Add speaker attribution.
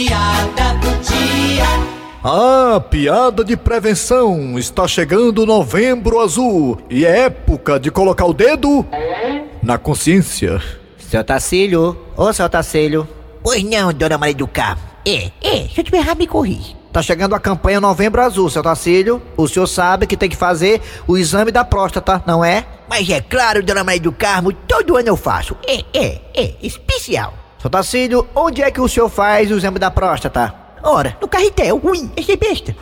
Speaker 1: piada do dia.
Speaker 2: Ah, piada de prevenção! Está chegando novembro azul e é época de colocar o dedo na consciência.
Speaker 3: Seu Tacílio, ô seu Tacílio.
Speaker 4: Pois não, dona Maria do Carmo. É, é, se eu tiver errado, me corri.
Speaker 3: Tá chegando a campanha Novembro Azul, seu Tacílio. O senhor sabe que tem que fazer o exame da próstata, não é?
Speaker 4: Mas é claro, dona Maria do Carmo, todo ano eu faço. É, é, é, especial.
Speaker 3: Seu Tacílio, onde é que o senhor faz o exame da próstata? é
Speaker 4: Ora, no carretel, ruim, esse besta.